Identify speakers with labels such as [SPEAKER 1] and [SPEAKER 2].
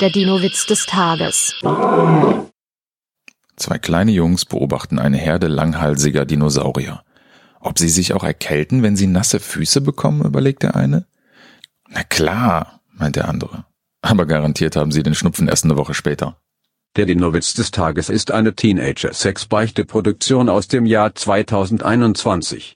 [SPEAKER 1] Der Dino-Witz des Tages.
[SPEAKER 2] Zwei kleine Jungs beobachten eine Herde langhalsiger Dinosaurier. Ob sie sich auch erkälten, wenn sie nasse Füße bekommen, überlegt der eine. Na klar, meint der andere. Aber garantiert haben sie den Schnupfen erst eine Woche später.
[SPEAKER 3] Der Dinowitz des Tages ist eine Teenager-Sex-Beichte-Produktion aus dem Jahr 2021.